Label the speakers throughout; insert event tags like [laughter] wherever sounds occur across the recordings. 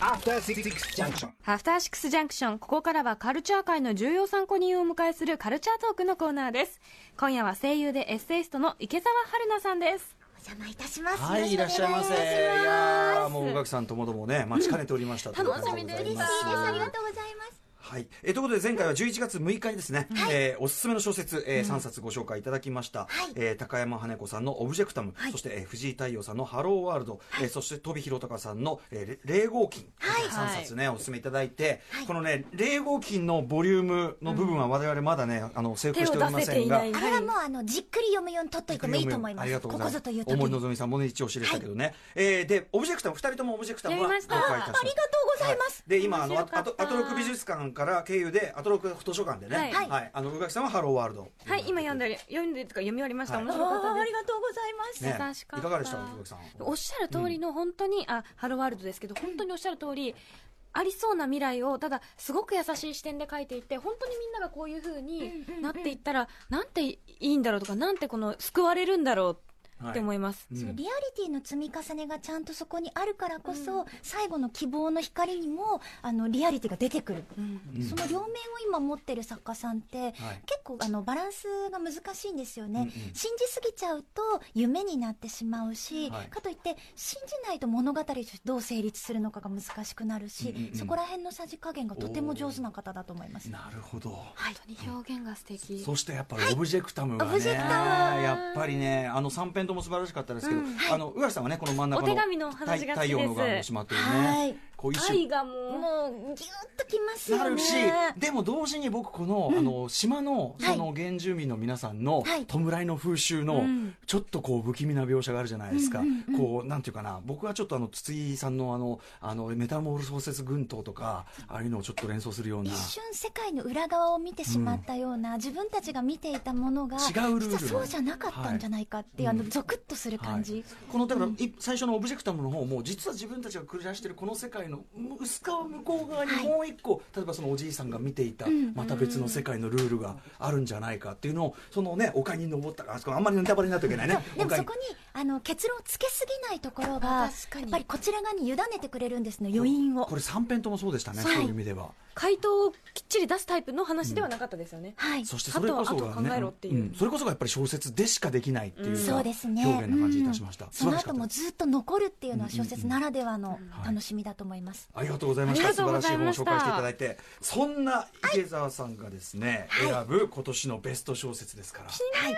Speaker 1: After Six Junction.
Speaker 2: アフターシックスジャンクションここからはカルチャー界の重要参考人をお迎えするカルチャートークのコーナーです今夜は声優でエッセイストの池澤春菜さんです
Speaker 3: お邪魔いたします。
Speaker 4: はい、い
Speaker 3: よ
Speaker 4: ら
Speaker 3: ろ
Speaker 4: っ
Speaker 3: し
Speaker 4: し
Speaker 3: く
Speaker 4: ゃ
Speaker 3: お
Speaker 4: い
Speaker 3: 願
Speaker 4: ま
Speaker 3: し
Speaker 4: せ。いやーもう宇垣さんともどもね、待ちかねておりましたというこ
Speaker 3: 楽
Speaker 4: と
Speaker 3: し
Speaker 4: で
Speaker 3: み
Speaker 4: ご
Speaker 3: です。嬉しい
Speaker 4: ざい
Speaker 3: で。
Speaker 4: ますす。
Speaker 3: ありがとうございます。
Speaker 4: はい、えーということで前回は11月6日にですね、えーおすすめの小説、え3冊ご紹介いただきました、えー高山羽子さんの「オブジェクタム」そして、えー藤井太陽さんの「ハローワールド」えーそして飛び弘隆さんの「えーれ、霊合金」3冊ね、おすすめいただいて、このね霊合金のボリュームの部分は我々まだね、あの征服しておりませんが。
Speaker 3: あれはもうあのじっくり読むように取っといてもいいと思いま
Speaker 4: ありが
Speaker 3: す。
Speaker 4: とう
Speaker 3: こ
Speaker 4: ござ
Speaker 3: こ
Speaker 4: いま
Speaker 3: ぞ
Speaker 4: す
Speaker 3: という時
Speaker 4: 大森の
Speaker 3: に。
Speaker 4: ぞみさんもね一押しでしたけどね、えーでオブジェクタム2人ともオブジェクタムは
Speaker 2: やりました
Speaker 4: 紹介いたしま
Speaker 3: ありがとうございます。
Speaker 4: で今あの
Speaker 2: 面
Speaker 4: ア
Speaker 2: 白かった
Speaker 4: トアトロック美術館から経由でアトロック図書館でね、
Speaker 2: は
Speaker 4: はいい
Speaker 2: はい
Speaker 4: あの宇垣さんは「ハローワールド」
Speaker 2: はい今読んで読んでとか読み終わりました、
Speaker 4: はい
Speaker 2: 面白かった
Speaker 3: あー
Speaker 2: で
Speaker 3: あ
Speaker 2: す
Speaker 3: りがとうございます。
Speaker 4: ね
Speaker 2: 優しかった
Speaker 4: いかがでした宇垣さん
Speaker 2: おっしゃる通りの本当に、あハローワールドですけど本当におっしゃる通り、ありそうな未来をただすごく優しい視点で書いていて本当にみんながこういう風になっていったら、なんていいんだろうとかなんてこの救われるんだろうって思います、
Speaker 4: うん
Speaker 3: リアリティの積み重ねがちゃんとそこにあるからこそ、最後の希望の光にもあのリアリティが出てくる、
Speaker 4: うん
Speaker 3: その両面を今持ってる作家さんって、結構あのバランスが難しいんですよね、
Speaker 4: うんうん
Speaker 3: 信じすぎちゃうと夢になってしまうし、
Speaker 4: はい
Speaker 3: かといって信じないと物語としてどう成立するのかが難しくなるし、
Speaker 4: うんうんうん
Speaker 3: そこら辺のさじ加減がとても上手な方だと思います。
Speaker 4: なるほど
Speaker 2: 本当に表現が素敵
Speaker 4: そしてやっぱりオブジェクタムが
Speaker 3: オブ
Speaker 4: ね、
Speaker 3: ジェクタム
Speaker 4: やっぱりねあの3編とも素晴らしかったですけど、あの宇垣さんはねこの真ん中の
Speaker 2: お手紙の話が好きです
Speaker 4: 太陽の側にしまってるね、
Speaker 3: はい
Speaker 4: こう一種
Speaker 2: 愛がもう
Speaker 3: もうギューッときます
Speaker 4: な
Speaker 3: よ
Speaker 4: るし
Speaker 3: ね。
Speaker 4: でも同時に僕この,、あの島の
Speaker 3: はい
Speaker 4: その原住民の皆さんの
Speaker 3: はい
Speaker 4: 弔いの風習の
Speaker 2: ん
Speaker 4: ちょっとこう不気味な描写があるじゃないですか、こうなんていうかな僕はちょっとあの筒井さんのあのあのメタモル創設群島とかああいうのをちょっと連想するような
Speaker 3: 一瞬世界の裏側を見てしまったような、自分たちが見ていたものが
Speaker 4: 違うルール
Speaker 3: 実はそうじゃなかったんじゃないかっていう、
Speaker 4: はい
Speaker 3: あのゾクッとする感じ、
Speaker 4: はい、このだから、い最初のオブジェクタムの方も実は自分たちが暮らしてるこの世界のうん薄皮向こう側にもう一個、例えばそのおじいさんが見ていた、また別の世界のルールがあるんじゃないかっていうのをそのね丘に登ったらあそこあんまりネタバレになってはいけないね
Speaker 3: でも
Speaker 4: 丘に
Speaker 3: そこにあの結論をつけすぎないところがや
Speaker 2: 確かに
Speaker 3: っぱりこちら側に委ねてくれるんですね余韻を
Speaker 4: これ3編ともそうでしたね、
Speaker 3: はい
Speaker 4: そういう意味では。
Speaker 2: 回答をきっちり出すタイプの話ではなかったですよね、
Speaker 3: はい
Speaker 4: そしてそれこそ
Speaker 2: あと
Speaker 4: が
Speaker 2: は後を考え
Speaker 4: ね
Speaker 2: ろっていう
Speaker 4: それこそがやっぱり小説でしかできないっていう
Speaker 3: うん
Speaker 4: か
Speaker 3: そう
Speaker 4: 表
Speaker 3: です
Speaker 4: 現
Speaker 3: ね
Speaker 4: な感じいたしました。
Speaker 3: その後
Speaker 4: 素晴
Speaker 3: も
Speaker 4: らしかっ
Speaker 3: ずっと残るっていうのは小説ならではの楽しみだと思います、
Speaker 4: たありがとうございまし
Speaker 2: あり
Speaker 4: た。
Speaker 2: が
Speaker 4: 素
Speaker 2: とう
Speaker 4: 晴
Speaker 2: ご
Speaker 4: らし
Speaker 2: ざ
Speaker 4: い
Speaker 2: い
Speaker 4: 本を
Speaker 2: ました
Speaker 4: 紹介していただいて、そんな池澤さんがですね、選ぶ今年のベスト小説ですから、
Speaker 3: はい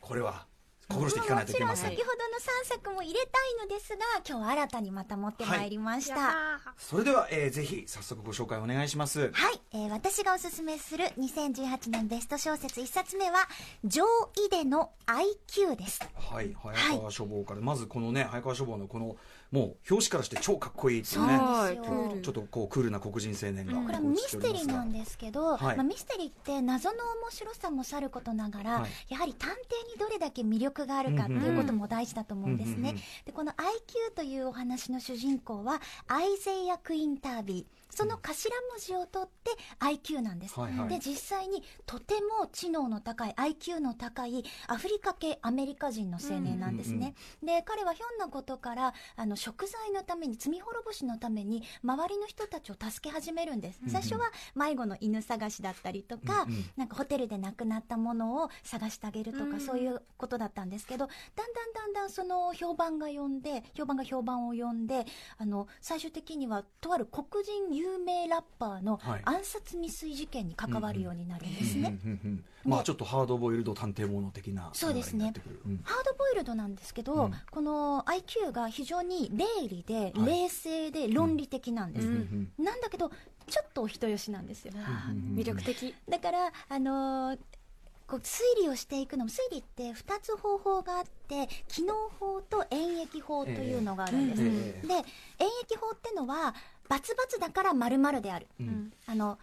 Speaker 4: これは心して聞かないといけません
Speaker 3: もちろん先。ほどの3作も入れたいのですが今日は新たにまた持ってまいりました、
Speaker 4: それでは、えーぜひ早速ご紹介お願いします。
Speaker 3: はい、えー私がおすすめする2018年ベスト小説1冊目は「上位での IQ」です
Speaker 4: はい、早川書房から、まずこのね、早川書房のこの、もう表紙からして超かっこいいっていうね。
Speaker 3: なんですよ
Speaker 2: はいクール
Speaker 4: ちょっとこうクールな黒人青年が、
Speaker 3: これはミステリーなんですけど、
Speaker 4: はい
Speaker 3: まあ、ミステリーって謎の面白さもさることながら、
Speaker 4: はい
Speaker 3: やはり探偵にどれだけ魅力があるかっていうことも大事だと思うんですね、
Speaker 4: うんうんうん
Speaker 3: でこの IQ というお話の主人公はアイゼイア・クインタービーその頭文字を取って IQ なんです、
Speaker 4: はいはい
Speaker 3: で実際にとても知能の高い IQ の高いアフリカ系アメリカ人の青年なんですね、
Speaker 4: うんうんうん
Speaker 3: で彼はひょんなことからあの食材のために罪滅ぼしのために周りの人たちを助け始めるんです、最初は迷子の犬探しだったりとか、
Speaker 4: うんうん
Speaker 3: なんかホテルで亡くなったものを探してあげるとか、
Speaker 2: うん
Speaker 3: そういうことだったんですけどだんだんだんだんその評判が呼んで評判が評判を呼んであの最終的にはとある黒人有名ラッパーの
Speaker 4: はい
Speaker 3: 暗殺未遂事件に関わるようになるんですね。
Speaker 4: うんうんうんうんまあ
Speaker 3: で
Speaker 4: ちょっとハードボイルド探偵もの的な
Speaker 3: そうですね
Speaker 4: 流れになってくるうん
Speaker 3: ハードボイルドなんですけど、
Speaker 4: うん
Speaker 3: この IQ が非常に冷理で、
Speaker 4: はい
Speaker 3: 冷静で論理的なんです、
Speaker 2: うん
Speaker 4: うん
Speaker 3: なんだけどちょっとお人よしなんですよ、
Speaker 2: あー魅力的
Speaker 3: だからあのーこう推理をしていくのも推理って2つ方法があって機能法と演疫法というのがあるんです、
Speaker 4: ええ
Speaker 3: で演疫法ってのはバツバツだから丸々である、
Speaker 4: うん
Speaker 3: あの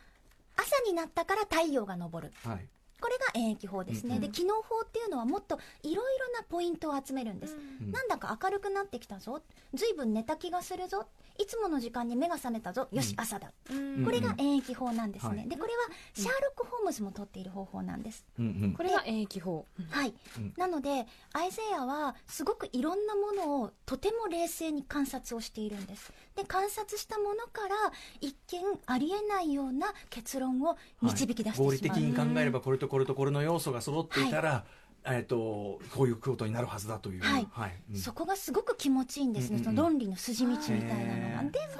Speaker 3: 朝になったから太陽が昇る
Speaker 4: はい
Speaker 3: これが演疫法ですね、
Speaker 4: うん
Speaker 3: で機能法っていうのはもっといろいろなポイントを集めるんです、
Speaker 4: うん
Speaker 3: なんだか明るくなってきたぞずいぶん寝た気がするぞいつもの時間に目が覚めたぞよし
Speaker 4: うん
Speaker 3: 朝だ、
Speaker 2: うん
Speaker 3: これが演疫法なんですね、
Speaker 4: はい
Speaker 3: でこれはシャーロック・ホームズも取っている方法なんです、
Speaker 4: うんうん
Speaker 2: これが演疫法
Speaker 3: はい、
Speaker 4: うん
Speaker 3: なのでアイゼーヤはすごくいろんなものをとても冷静に観察をしているんですで観察したものから一見ありえないような結論を導き出してしまう、
Speaker 4: 合理的に考えればこれとこれとこれの要素が揃っていたら、えっとこういうクオートになるはずだという、
Speaker 3: はい
Speaker 4: うん
Speaker 3: そこがすごく気持ちいいんですね、
Speaker 4: うんうんうん
Speaker 3: その論理の筋道みたいなの
Speaker 4: あ
Speaker 3: が。
Speaker 4: ー
Speaker 3: でも、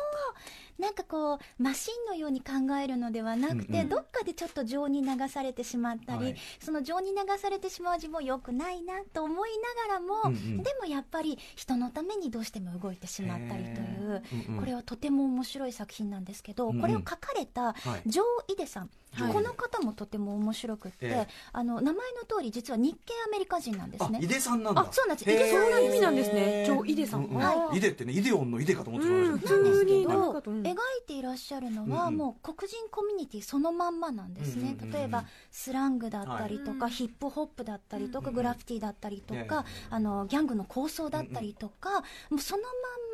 Speaker 3: なんかこう、マシンのように考えるのではなくて、
Speaker 4: うんうん
Speaker 3: どっかでちょっと情に流されてしまったり、
Speaker 4: はい
Speaker 3: その情に流されてしまう自分も良くないなと思いながらも、
Speaker 4: うんうん
Speaker 3: でもやっぱり人のためにどうしても動いてしまったりという、
Speaker 4: うんうん
Speaker 3: これはとても面白い作品なんですけど、
Speaker 4: うんうん
Speaker 3: これを書かれた
Speaker 4: はい
Speaker 3: ジョー・イデさん、
Speaker 4: はい
Speaker 3: この方もとても面白くって、
Speaker 4: ええ
Speaker 3: あの名前の通り実は日系アメリカ人なんです
Speaker 4: あ
Speaker 3: ね
Speaker 4: 井。出さんなんだ
Speaker 3: あ、そうなんです。
Speaker 4: へ
Speaker 3: 井
Speaker 4: ー
Speaker 3: 出さん
Speaker 2: そう
Speaker 3: なん
Speaker 2: いう意味
Speaker 3: ですよ
Speaker 2: なんですねジョー・イデさん
Speaker 4: うんうん
Speaker 2: あー
Speaker 4: 井出ってねイデオンの井出かと思ってま
Speaker 2: うん普
Speaker 4: した
Speaker 2: 通に
Speaker 3: そう
Speaker 2: なんかと思う
Speaker 3: 描いていらっしゃるの
Speaker 4: うん
Speaker 3: は
Speaker 4: うん
Speaker 3: もう黒人コミュニティそのまんまなんですね、
Speaker 4: うんうんうんうん
Speaker 3: 例えばスラングだったりとか、
Speaker 2: はい
Speaker 3: ヒップホップだったりとか、
Speaker 4: うん
Speaker 3: グラフィティだったりと
Speaker 4: いやい
Speaker 3: か
Speaker 4: や、
Speaker 3: あのギャングの構想だったりとか、もうその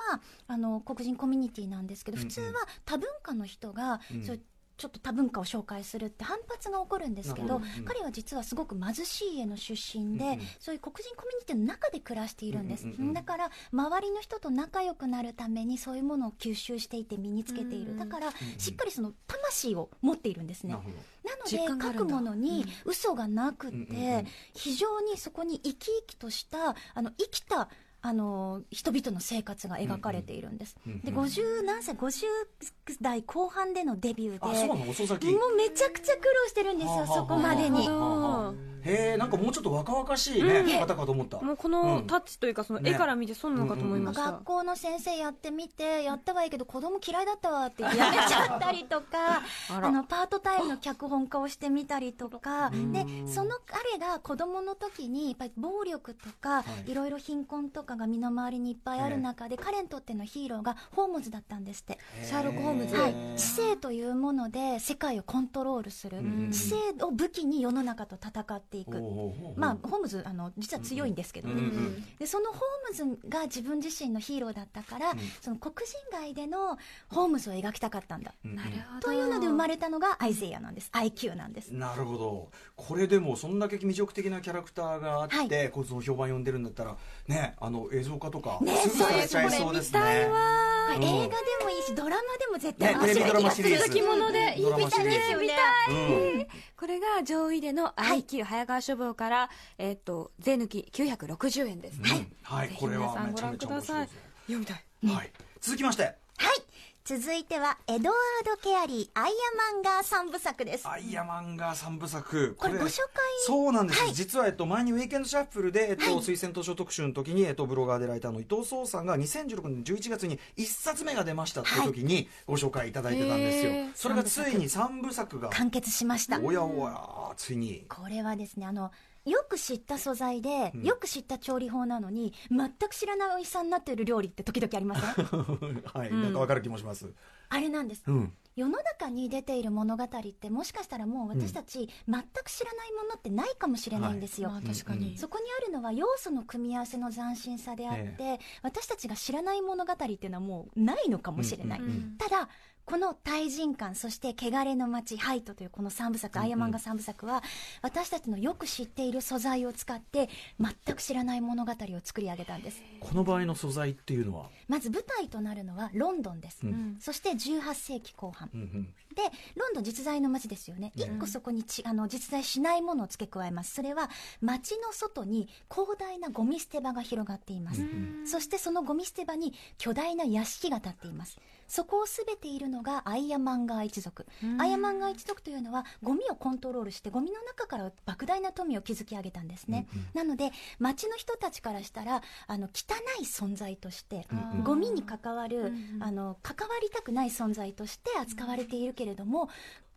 Speaker 3: まんまあの黒人コミュニティなんですけど
Speaker 4: うんう
Speaker 3: 普
Speaker 4: ん
Speaker 3: 通は多文化の人が、
Speaker 4: うん
Speaker 3: そうちょっと多文化を紹介するって反発が起こるんですけ
Speaker 4: な
Speaker 3: ど
Speaker 4: るほどうん
Speaker 3: 彼は実はすごく貧しい家の出身で、
Speaker 4: うんうん
Speaker 3: そういう黒人コミュニティの中で暮らしているんです、
Speaker 4: うんうんうんうん
Speaker 3: だから周りの人と仲良くなるためにそういうものを吸収していて身につけている、
Speaker 2: うん
Speaker 3: だから
Speaker 4: んうん
Speaker 3: しっかりその魂を持っているんですね
Speaker 4: なるほど
Speaker 3: なの
Speaker 2: 実感
Speaker 3: で
Speaker 2: があ
Speaker 3: 書
Speaker 2: る
Speaker 3: く
Speaker 2: んだ
Speaker 3: ものに嘘がなくて、
Speaker 4: うんうんうん
Speaker 3: 非常にそこに生き生きとしたあの生きたあの人々の生活が描かれているんです、
Speaker 4: うんうん
Speaker 3: で
Speaker 4: うんうん
Speaker 3: 50何歳50代後半でのデビュー
Speaker 4: あそう
Speaker 3: で
Speaker 4: な
Speaker 3: も
Speaker 4: の遅咲き
Speaker 3: うめちゃくちゃ苦労してるんです
Speaker 4: はあ
Speaker 3: よ
Speaker 4: はあ
Speaker 3: そこまでに
Speaker 4: は。あはあはあへえなんかもうちょっと若々しい
Speaker 2: うん
Speaker 4: ね方かと思った
Speaker 2: もうこ
Speaker 4: う
Speaker 2: の
Speaker 4: ん
Speaker 2: タッチというかその絵から見てそうなのかと思いました
Speaker 3: 学校の先生やってみてやったはいいけど子供嫌いだったわって言
Speaker 4: [laughs]
Speaker 3: ってやめちゃったりとか
Speaker 2: あら
Speaker 3: あのパートタイムの脚本家をしてみたりとか
Speaker 4: ん
Speaker 3: でその彼が子供の時にやっぱり暴力とか、
Speaker 4: はい
Speaker 3: い、ろいろ貧困とかが身の回りにいっぱいある中で、彼にとってのヒーローがホームズだったんですって。
Speaker 4: へえ
Speaker 2: シャーロックホームズ
Speaker 3: はい、知性というもので世界をコントロールする、
Speaker 4: うん
Speaker 3: 知性を武器に世の中と戦ってい
Speaker 4: ほうほ
Speaker 3: く、
Speaker 4: うほうほう
Speaker 3: まあ、ホームズあの実は強いんですけどね、
Speaker 4: うん
Speaker 3: でそのホームズが自分自身のヒーローだったから、
Speaker 4: ん
Speaker 3: その黒人街でのホームズを描きたかったんだ、
Speaker 4: うんうん
Speaker 2: なるほど
Speaker 3: というので生まれたのがアイゼイヤなんです IQ なんです
Speaker 4: なるほどこれでもそんだけ魅力的なキャラクターがあっ
Speaker 3: は
Speaker 4: て、こう評判呼んでるんだったらねあの映像化とか
Speaker 3: ね
Speaker 4: すぐされちゃいそうですね
Speaker 2: そういうこれ見たいわ
Speaker 3: これ映画
Speaker 4: うん
Speaker 3: でもいいしドラマでも絶対面
Speaker 4: ねテレビ
Speaker 3: 白い気
Speaker 4: ドラマ
Speaker 3: が
Speaker 4: シ
Speaker 3: する
Speaker 4: リーズ
Speaker 2: 続きものでいい
Speaker 4: ドラマシリーズ
Speaker 3: ですよね
Speaker 4: うん
Speaker 2: これが上位での IQ 早川書房から、えっと税抜き960円です、
Speaker 4: はい、はい、
Speaker 2: ぜひ
Speaker 4: これ
Speaker 2: 皆
Speaker 4: は
Speaker 2: さん
Speaker 4: め
Speaker 2: ご
Speaker 4: ちゃめ
Speaker 2: 覧
Speaker 4: ち
Speaker 2: く
Speaker 4: ゃ面
Speaker 2: だ
Speaker 4: 白
Speaker 2: さ
Speaker 4: い
Speaker 2: い読みたい
Speaker 4: ですはい続きまして
Speaker 3: はい続いてはエドワード・ケアリーアイアマンガー三部作です
Speaker 4: アイアマンが三部作
Speaker 3: これご紹介
Speaker 4: そうなんです、
Speaker 3: はい
Speaker 4: 実は、えっと、前にウィーケンドシャッフルで、えっと、推薦図書特集の時に、えっと、ブロガーでライターの伊藤壮さんが2016年11月に1冊目が出ましたっていう時にご紹介いただいてたんですよ、
Speaker 2: へー
Speaker 4: それがついに3部作が
Speaker 3: 完結しました
Speaker 4: おやおやついに
Speaker 3: これはですねあのよく知った素材で、
Speaker 4: ん
Speaker 3: よく知った調理法なのに全く知らないおじさんになっている料理って時々ありませ
Speaker 4: [laughs]
Speaker 3: ん
Speaker 4: はい、なんかわかる気もします。
Speaker 3: あれなんです
Speaker 4: うん。
Speaker 3: 世の中に出ている物語ってもしかしたらもう私たち全く知らないものってないかもしれないんですよ、
Speaker 2: まあ確か
Speaker 4: うんう
Speaker 2: に、
Speaker 3: そこにあるのは要素の組み合わせの斬新さであって、私たちが知らない物語っていうのはもうないのかもしれない、
Speaker 4: うん
Speaker 2: うん
Speaker 3: ただこの対人感そして汚れの街ハイトというこの3部作、
Speaker 4: うんうん
Speaker 3: アイアマンガ3部作は私たちのよく知っている素材を使って全く知らない物語を作り上げたんです
Speaker 4: この場合の素材っていうのは。
Speaker 3: まず舞台となるのはロンドンです、
Speaker 4: うん
Speaker 2: うん
Speaker 3: そして18世紀後半
Speaker 4: うんうん。
Speaker 3: でロンドン実在の街ですよね一個そこにちあの実在しないものを付け加えますそれは街の外に広大なゴミ捨て場が広がっています、そしてそのゴミ捨て場に巨大な屋敷が建っていますそこを全ているのがアイアマンガー一族、アイアマンガー一族というのはゴミをコントロールしてゴミの中から莫大な富を築き上げたんですね、なので街の人たちからしたらあの汚い存在として、
Speaker 4: うんうん
Speaker 3: ゴミに関わる、
Speaker 2: んうん
Speaker 3: あの関わりたくない存在として扱われているけれども、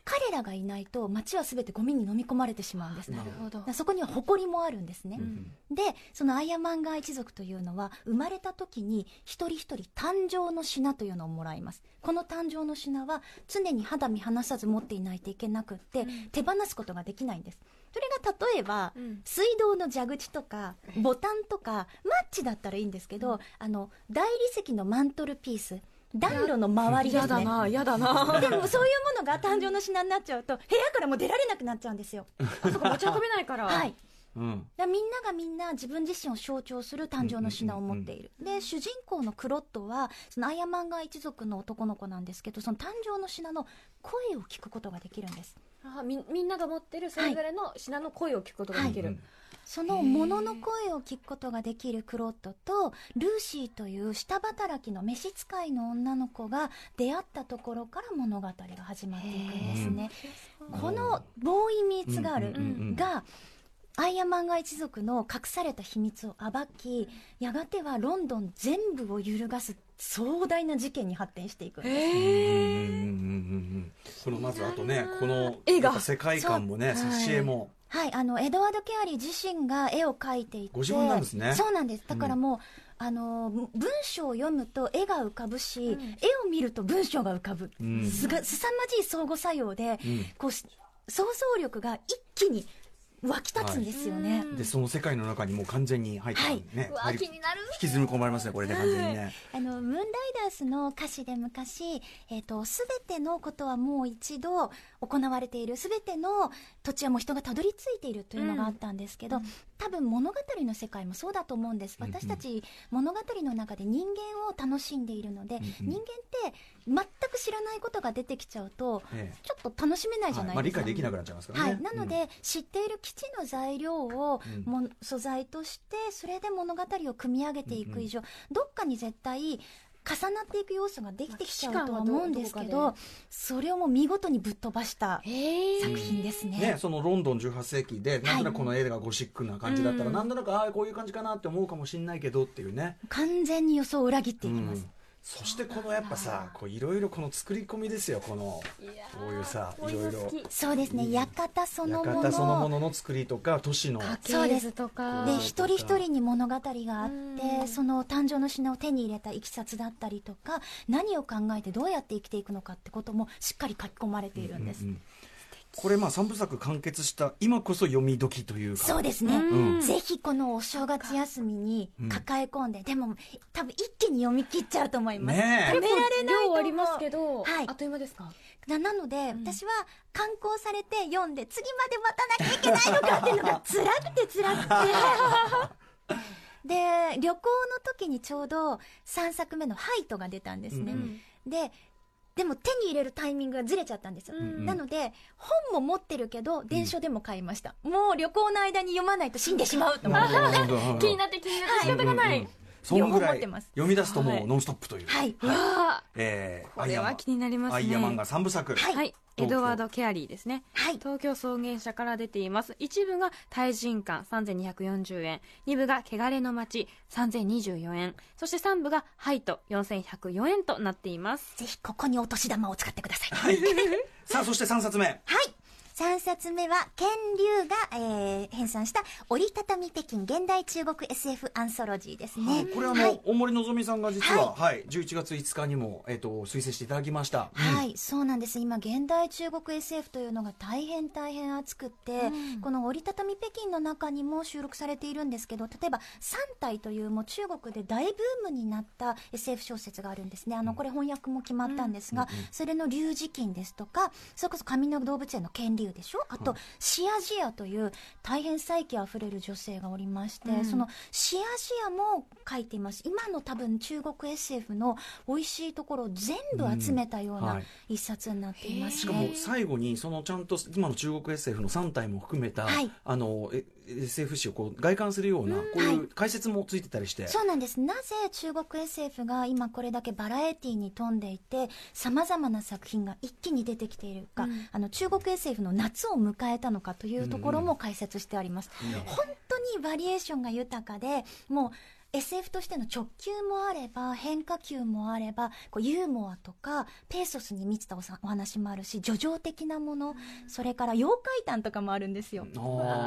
Speaker 3: 彼らがいないと街は全てゴミに飲み込まれてしまうんです、
Speaker 4: な
Speaker 3: ね
Speaker 4: る、
Speaker 2: なるほど
Speaker 3: そこには誇りもあるんですね、
Speaker 4: ん
Speaker 3: でそのアイアマンガー一族というのは生まれた時に一人一人誕生の品というのをもらいますこの誕生の品は常に肌身離さず持っていないといけなくって、手放すことができないんですそれが例えば、
Speaker 2: うん
Speaker 3: 水道の蛇口とかボタンとかマッチだったらいいんですけ
Speaker 2: う
Speaker 3: ど、
Speaker 2: ん
Speaker 3: あの大理石のマントルピース暖炉の周りです
Speaker 2: 嫌だ
Speaker 3: ね
Speaker 2: な嫌だ [laughs] な
Speaker 3: でもそういうものが誕生の品になっちゃうと部屋からもう出られなくなっちゃうんですよ。
Speaker 2: あそこ持ち運べないから
Speaker 3: はい、
Speaker 4: うん
Speaker 3: だからみんながみんな自分自身を象徴する誕生の品を持っている、で主人公のクロットはそのアイアンマンガー一族の男の子なんですけどその誕生の品の声を聞くことができるんです
Speaker 2: あみみんなが持ってるそれぞれの品の声を聞くことができる、
Speaker 4: うん
Speaker 3: その物の声を聞くことができるクロットとルーシーという下働きの召使いの女の子が出会ったところから物語が始まっていくんですね
Speaker 4: へー
Speaker 3: このボーイミーツガール、
Speaker 4: うんうんうんうん
Speaker 3: が、アイアンマンガ一族の隠された秘密を暴き、やがてはロンドン全部を揺るがす壮大な事件に発展していくんです。
Speaker 4: うんうんうんうんうんこのまずあとねこの
Speaker 2: 絵が
Speaker 4: やっぱ世界観もね
Speaker 2: そう
Speaker 4: 挿絵も
Speaker 3: はい、あの、エドワード・ケアリー自身が絵を描いていて。
Speaker 4: ご自分なんですね
Speaker 3: そうなんです。だからもう、あの、文章を読むと絵が浮かぶし、
Speaker 2: うん
Speaker 3: 絵を見ると文章が浮かぶ。
Speaker 4: うん
Speaker 3: すが、凄まじい相互作用で、
Speaker 4: うん
Speaker 3: こうし、想像力が一気に湧き立つんですよね。
Speaker 2: うん
Speaker 4: でその世界の中にもう完全に入ってね
Speaker 2: うわ
Speaker 4: 入り
Speaker 2: 気になる
Speaker 4: 引きずり込まれますねこれね完全にね
Speaker 3: あの、ムーンライダースの歌詞で昔、えっ、と、すべてのことはもう一度行われている、すべての土地はもう人がたどり着いているというのがあったんですけど、多分物語の世界もそうだと思うんです。
Speaker 4: うんうん
Speaker 3: 私たち物語の中で人間を楽しんでいるので、
Speaker 4: んうん
Speaker 3: 人間って全く知らないことが出てきちゃうと、
Speaker 4: ええ
Speaker 3: ちょっと楽しめないじゃ
Speaker 4: はい
Speaker 3: ない
Speaker 4: まあ
Speaker 3: で
Speaker 4: 理
Speaker 3: すか。
Speaker 4: 解できなくなっちゃいますから
Speaker 3: は
Speaker 4: ね
Speaker 3: い、なので、知っている基地の材料を
Speaker 4: うん
Speaker 3: も、素材としてそれで物語を組み上げていく以上、どっかに絶対重なっていく要素ができてきちゃうとは思うんですけ
Speaker 2: まあ
Speaker 3: どそれをもう見事にぶっ飛ばした作品ですね。
Speaker 4: ね、そのロンドン18世紀でなんとなくこの映画がゴシックな感じだったら、
Speaker 2: うん
Speaker 4: なんとなくああこういう感じかなって思うかもしれないけどっていうね、
Speaker 3: 完全に予想を裏切っていきます、
Speaker 4: うんそしてこのやっぱさこういろいろこの作り込みですよこのこういうさいろいろ
Speaker 3: そうですね館そのもの
Speaker 4: 館そのものの作りとか都市の
Speaker 2: 家
Speaker 3: そう
Speaker 2: 系
Speaker 3: で
Speaker 2: 図
Speaker 3: す
Speaker 2: とか
Speaker 3: で一人一人に物語があっ
Speaker 2: う
Speaker 3: て
Speaker 2: ん
Speaker 3: その誕生の品を手に入れたいきさつだったりとか何を考えてどうやって生きていくのかってこともしっかり書き込まれているんです、
Speaker 4: うんうんこれまあ三部作完結した今こそ読み時というか
Speaker 3: そうですね、
Speaker 2: うん
Speaker 3: ぜひこのお正月休みに抱え込んで、でも多分一気に読み切っちゃうと思います、
Speaker 4: ねえ
Speaker 3: 食べられな
Speaker 2: 量
Speaker 3: いと思う
Speaker 2: ありますけど、
Speaker 3: はい
Speaker 2: あっという間ですか
Speaker 3: ななので、
Speaker 2: ん
Speaker 3: 私は観光されて読んで次まで待たなきゃいけないのかっていうのが辛くて辛くてで旅行の時にちょうど3作目の「ハイト」が出たんですね、
Speaker 4: うん
Speaker 3: ででも手に入れるタイミングがずれちゃったんですよ、
Speaker 2: うん
Speaker 3: なので本も持ってるけど電書でも買いました、もう旅行の間に読まないと死んでしまうと思って
Speaker 4: なるほどなるほど
Speaker 2: 気になって気になって仕方がない、
Speaker 4: うんうんうんそんぐ
Speaker 3: 両方
Speaker 4: ら
Speaker 3: 持っ
Speaker 4: い
Speaker 3: てます
Speaker 4: 読み出すと
Speaker 2: は
Speaker 4: も
Speaker 2: いう
Speaker 4: ノンストップという、
Speaker 3: はい
Speaker 2: わあ
Speaker 4: えー
Speaker 2: これは気になりますね
Speaker 4: アイアマンが三部作、
Speaker 3: はい
Speaker 2: はい、エドワード・ケアリーですね
Speaker 3: はい
Speaker 2: 東京草原社から出ています一部が対人館3240円二部が汚れの街3024円そして三部がハイト4104円となっています
Speaker 3: ぜひここにお年玉を使ってください。
Speaker 4: はい、さあそして3冊目
Speaker 3: はい。3冊目は、剣龍が、えー編纂した、折りたたみ北京現代中国 SF アンソロジーですね。
Speaker 4: はい、これあの、
Speaker 3: はい
Speaker 4: 大森のぞみさんが実は、はい11月5日にも、えっと推薦していただきました、
Speaker 3: はい、そうなんです。今、現代中国 SF というのが大変大変熱くって、この折りたたみ北京の中にも収録されているんですけど、例えば、三体というもう中国で大ブームになった SF 小説があるんですね。あの、これ翻訳も決まったんですが、それの龍磁金ですとか、それこそ上野動物園の剣竜でしょあと、シアジアという大変再起あふれる女性がおりまして、
Speaker 2: うん
Speaker 3: そのシアジアも書いています。今の多分中国 SF の美味しいところを全部集めたようなよう
Speaker 4: は
Speaker 3: ない一冊になっていま
Speaker 4: し
Speaker 3: す
Speaker 4: か
Speaker 3: ね。
Speaker 4: も最後にそのちゃんと今の中国 SF の3体も含めた、
Speaker 3: はい
Speaker 4: あのえ SF 史をこう外観するようなこういう解説もついてたりして、
Speaker 3: そうなんですなぜ中国 SF が今これだけバラエティに富んでいてさまざまな作品が一気に出てきているか、
Speaker 2: うん
Speaker 3: あの中国 SF の夏を迎えたのかというところも解説してあります、
Speaker 4: うん
Speaker 3: 本当にバリエーションが豊かでもう SF としての直球もあれば変化球もあればこうユーモアとかペーソスに満ちたおさお話もあるし叙情的なもの、それから妖怪談とかもあるんですよ。でなんかこう
Speaker 4: あー中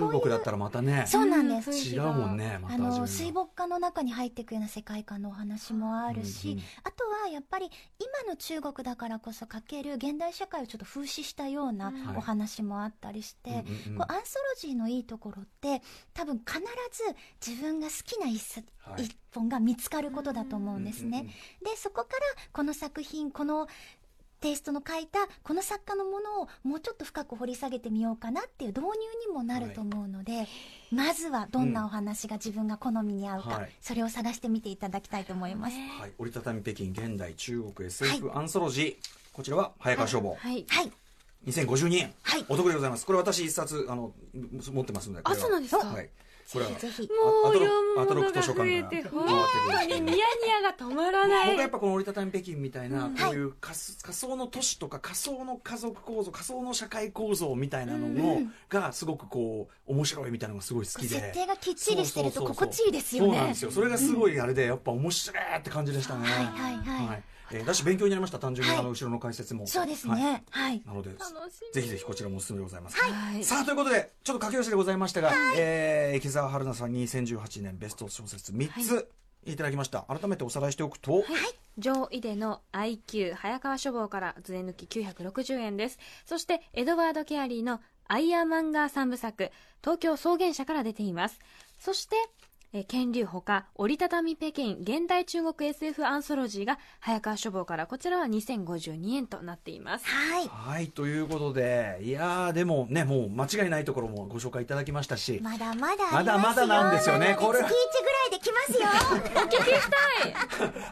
Speaker 3: いう
Speaker 4: 国だったらまたね
Speaker 3: そうなんです
Speaker 4: 違うもんねまた
Speaker 3: あ
Speaker 4: 味わいが
Speaker 3: の水墨画の中に入っていくような世界観のお話もあるし、
Speaker 4: うんうん
Speaker 3: あとはやっぱり今の中国だからこそかける現代社会をちょっと風刺したような
Speaker 2: うん
Speaker 3: お話もあったりして、
Speaker 4: うんうんうん
Speaker 3: こうアンソロジーのいいところって多分必ず自分が好きな一冊
Speaker 4: はい
Speaker 3: 一本が見つかることだと思うんですね。
Speaker 4: うんうん
Speaker 3: でそこからこの作品このテイストの書いたこの作家のものをもうちょっと深く掘り下げてみようかなっていう導入にもなると思うので、まずはどんなお話が自分が好みに合うか、
Speaker 4: はい
Speaker 3: それを探してみていただきたいと思います。
Speaker 4: はい、折りたたみ北京現代中国 SF アンソロジー、こちらは早川消防、
Speaker 2: はい
Speaker 3: はい、
Speaker 4: 2052円、
Speaker 3: はい
Speaker 4: お得でございますこれ私一冊あの持ってますのでこれは
Speaker 2: あそうなんですか
Speaker 4: はい、これは
Speaker 3: ぜひぜひ
Speaker 2: もう
Speaker 4: あ
Speaker 2: 読
Speaker 4: ア
Speaker 2: む
Speaker 4: ト
Speaker 2: も
Speaker 4: ロ
Speaker 2: の
Speaker 4: ク
Speaker 2: が
Speaker 4: 図書
Speaker 2: 増
Speaker 4: 館
Speaker 2: え
Speaker 4: から
Speaker 2: て
Speaker 4: 回ってく
Speaker 2: 本当に
Speaker 4: る
Speaker 2: ニヤニヤが止まら
Speaker 4: 僕
Speaker 2: ない
Speaker 4: はやっぱこの折りたたみ北京みたいな、
Speaker 2: うん
Speaker 4: こういう仮す仮想の都市とか仮想の家族構造仮想の社会構造みたいなのの、
Speaker 3: うん
Speaker 4: がすごくこう面白いみたいなのがすごい好きで
Speaker 3: 設定がきっちりしてると心地いいですよ
Speaker 4: そうなん
Speaker 3: ね
Speaker 4: です。よそれがすごいあれでやっぱ面白いって感じでしたね、
Speaker 3: はいはいはい
Speaker 4: はいえーだし勉強になりました単純に
Speaker 3: はい
Speaker 4: あの後ろの解説も、
Speaker 3: そうです
Speaker 4: はい
Speaker 3: ね。はい。
Speaker 4: なので
Speaker 2: 楽しみ
Speaker 4: ぜひぜひこちらもおすすめでございます、
Speaker 2: はい
Speaker 4: さあということでちょっと駆け足でございましたが、えー池澤春菜さんに2018年ベスト小説3つ、いただきました改めておさらいしておくと、
Speaker 2: 上位での IQ 早川書房から税抜き960円ですそしてエドワード・ケアリーのアイアーマンガー3部作東京草原社から出ていますそしてえー剣竜ほか折りたたみ北京現代中国 SF アンソロジーが早川書房からこちらは2052円となっています
Speaker 3: はい。
Speaker 4: はいということでいやーでもねもう間違いないところもご紹介いただきましたし、
Speaker 3: まだまだあります
Speaker 4: ま
Speaker 3: よ。
Speaker 4: だまだなんですよねこれ
Speaker 3: なので月1ぐらいで来ます
Speaker 4: [laughs]
Speaker 3: よ。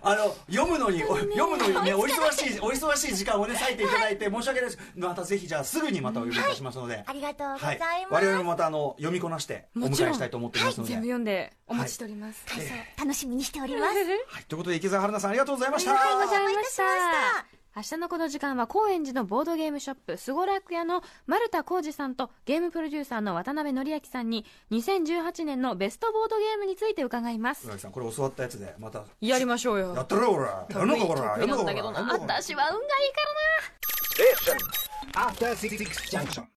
Speaker 4: あの読むのに、お読むのにねお忙しいお忙しい時間をね割いていただいて申し訳ないですまたぜひじゃあすぐにまたお呼びいたしますので、
Speaker 3: ありがとうござ
Speaker 4: はいい
Speaker 3: ます。
Speaker 4: 我々もまたあの読みこなしてお
Speaker 2: もちろ
Speaker 4: 迎
Speaker 2: ん
Speaker 4: えしたいと思っております
Speaker 2: 全
Speaker 4: の
Speaker 2: 部
Speaker 4: で、はい
Speaker 2: 読んでお待ちしております、
Speaker 3: 感想楽しみにしております。
Speaker 4: ということで池澤春菜さんありがとうございました、
Speaker 2: ありがとうございました
Speaker 3: お待たせしまし
Speaker 2: 明日のこの時間は高円寺のボードゲームショップすごらく屋の丸田浩二さんとゲームプロデューサーの渡辺則明さんに2018年のベストボードゲームについて伺います
Speaker 4: 村木さんこれ教わったやつでまた
Speaker 2: やりましょう
Speaker 4: やっ
Speaker 2: よ
Speaker 4: たろほらやんのかほらやんのかほらやんのかほら
Speaker 2: 私は運がいいからな
Speaker 1: After Six Junction.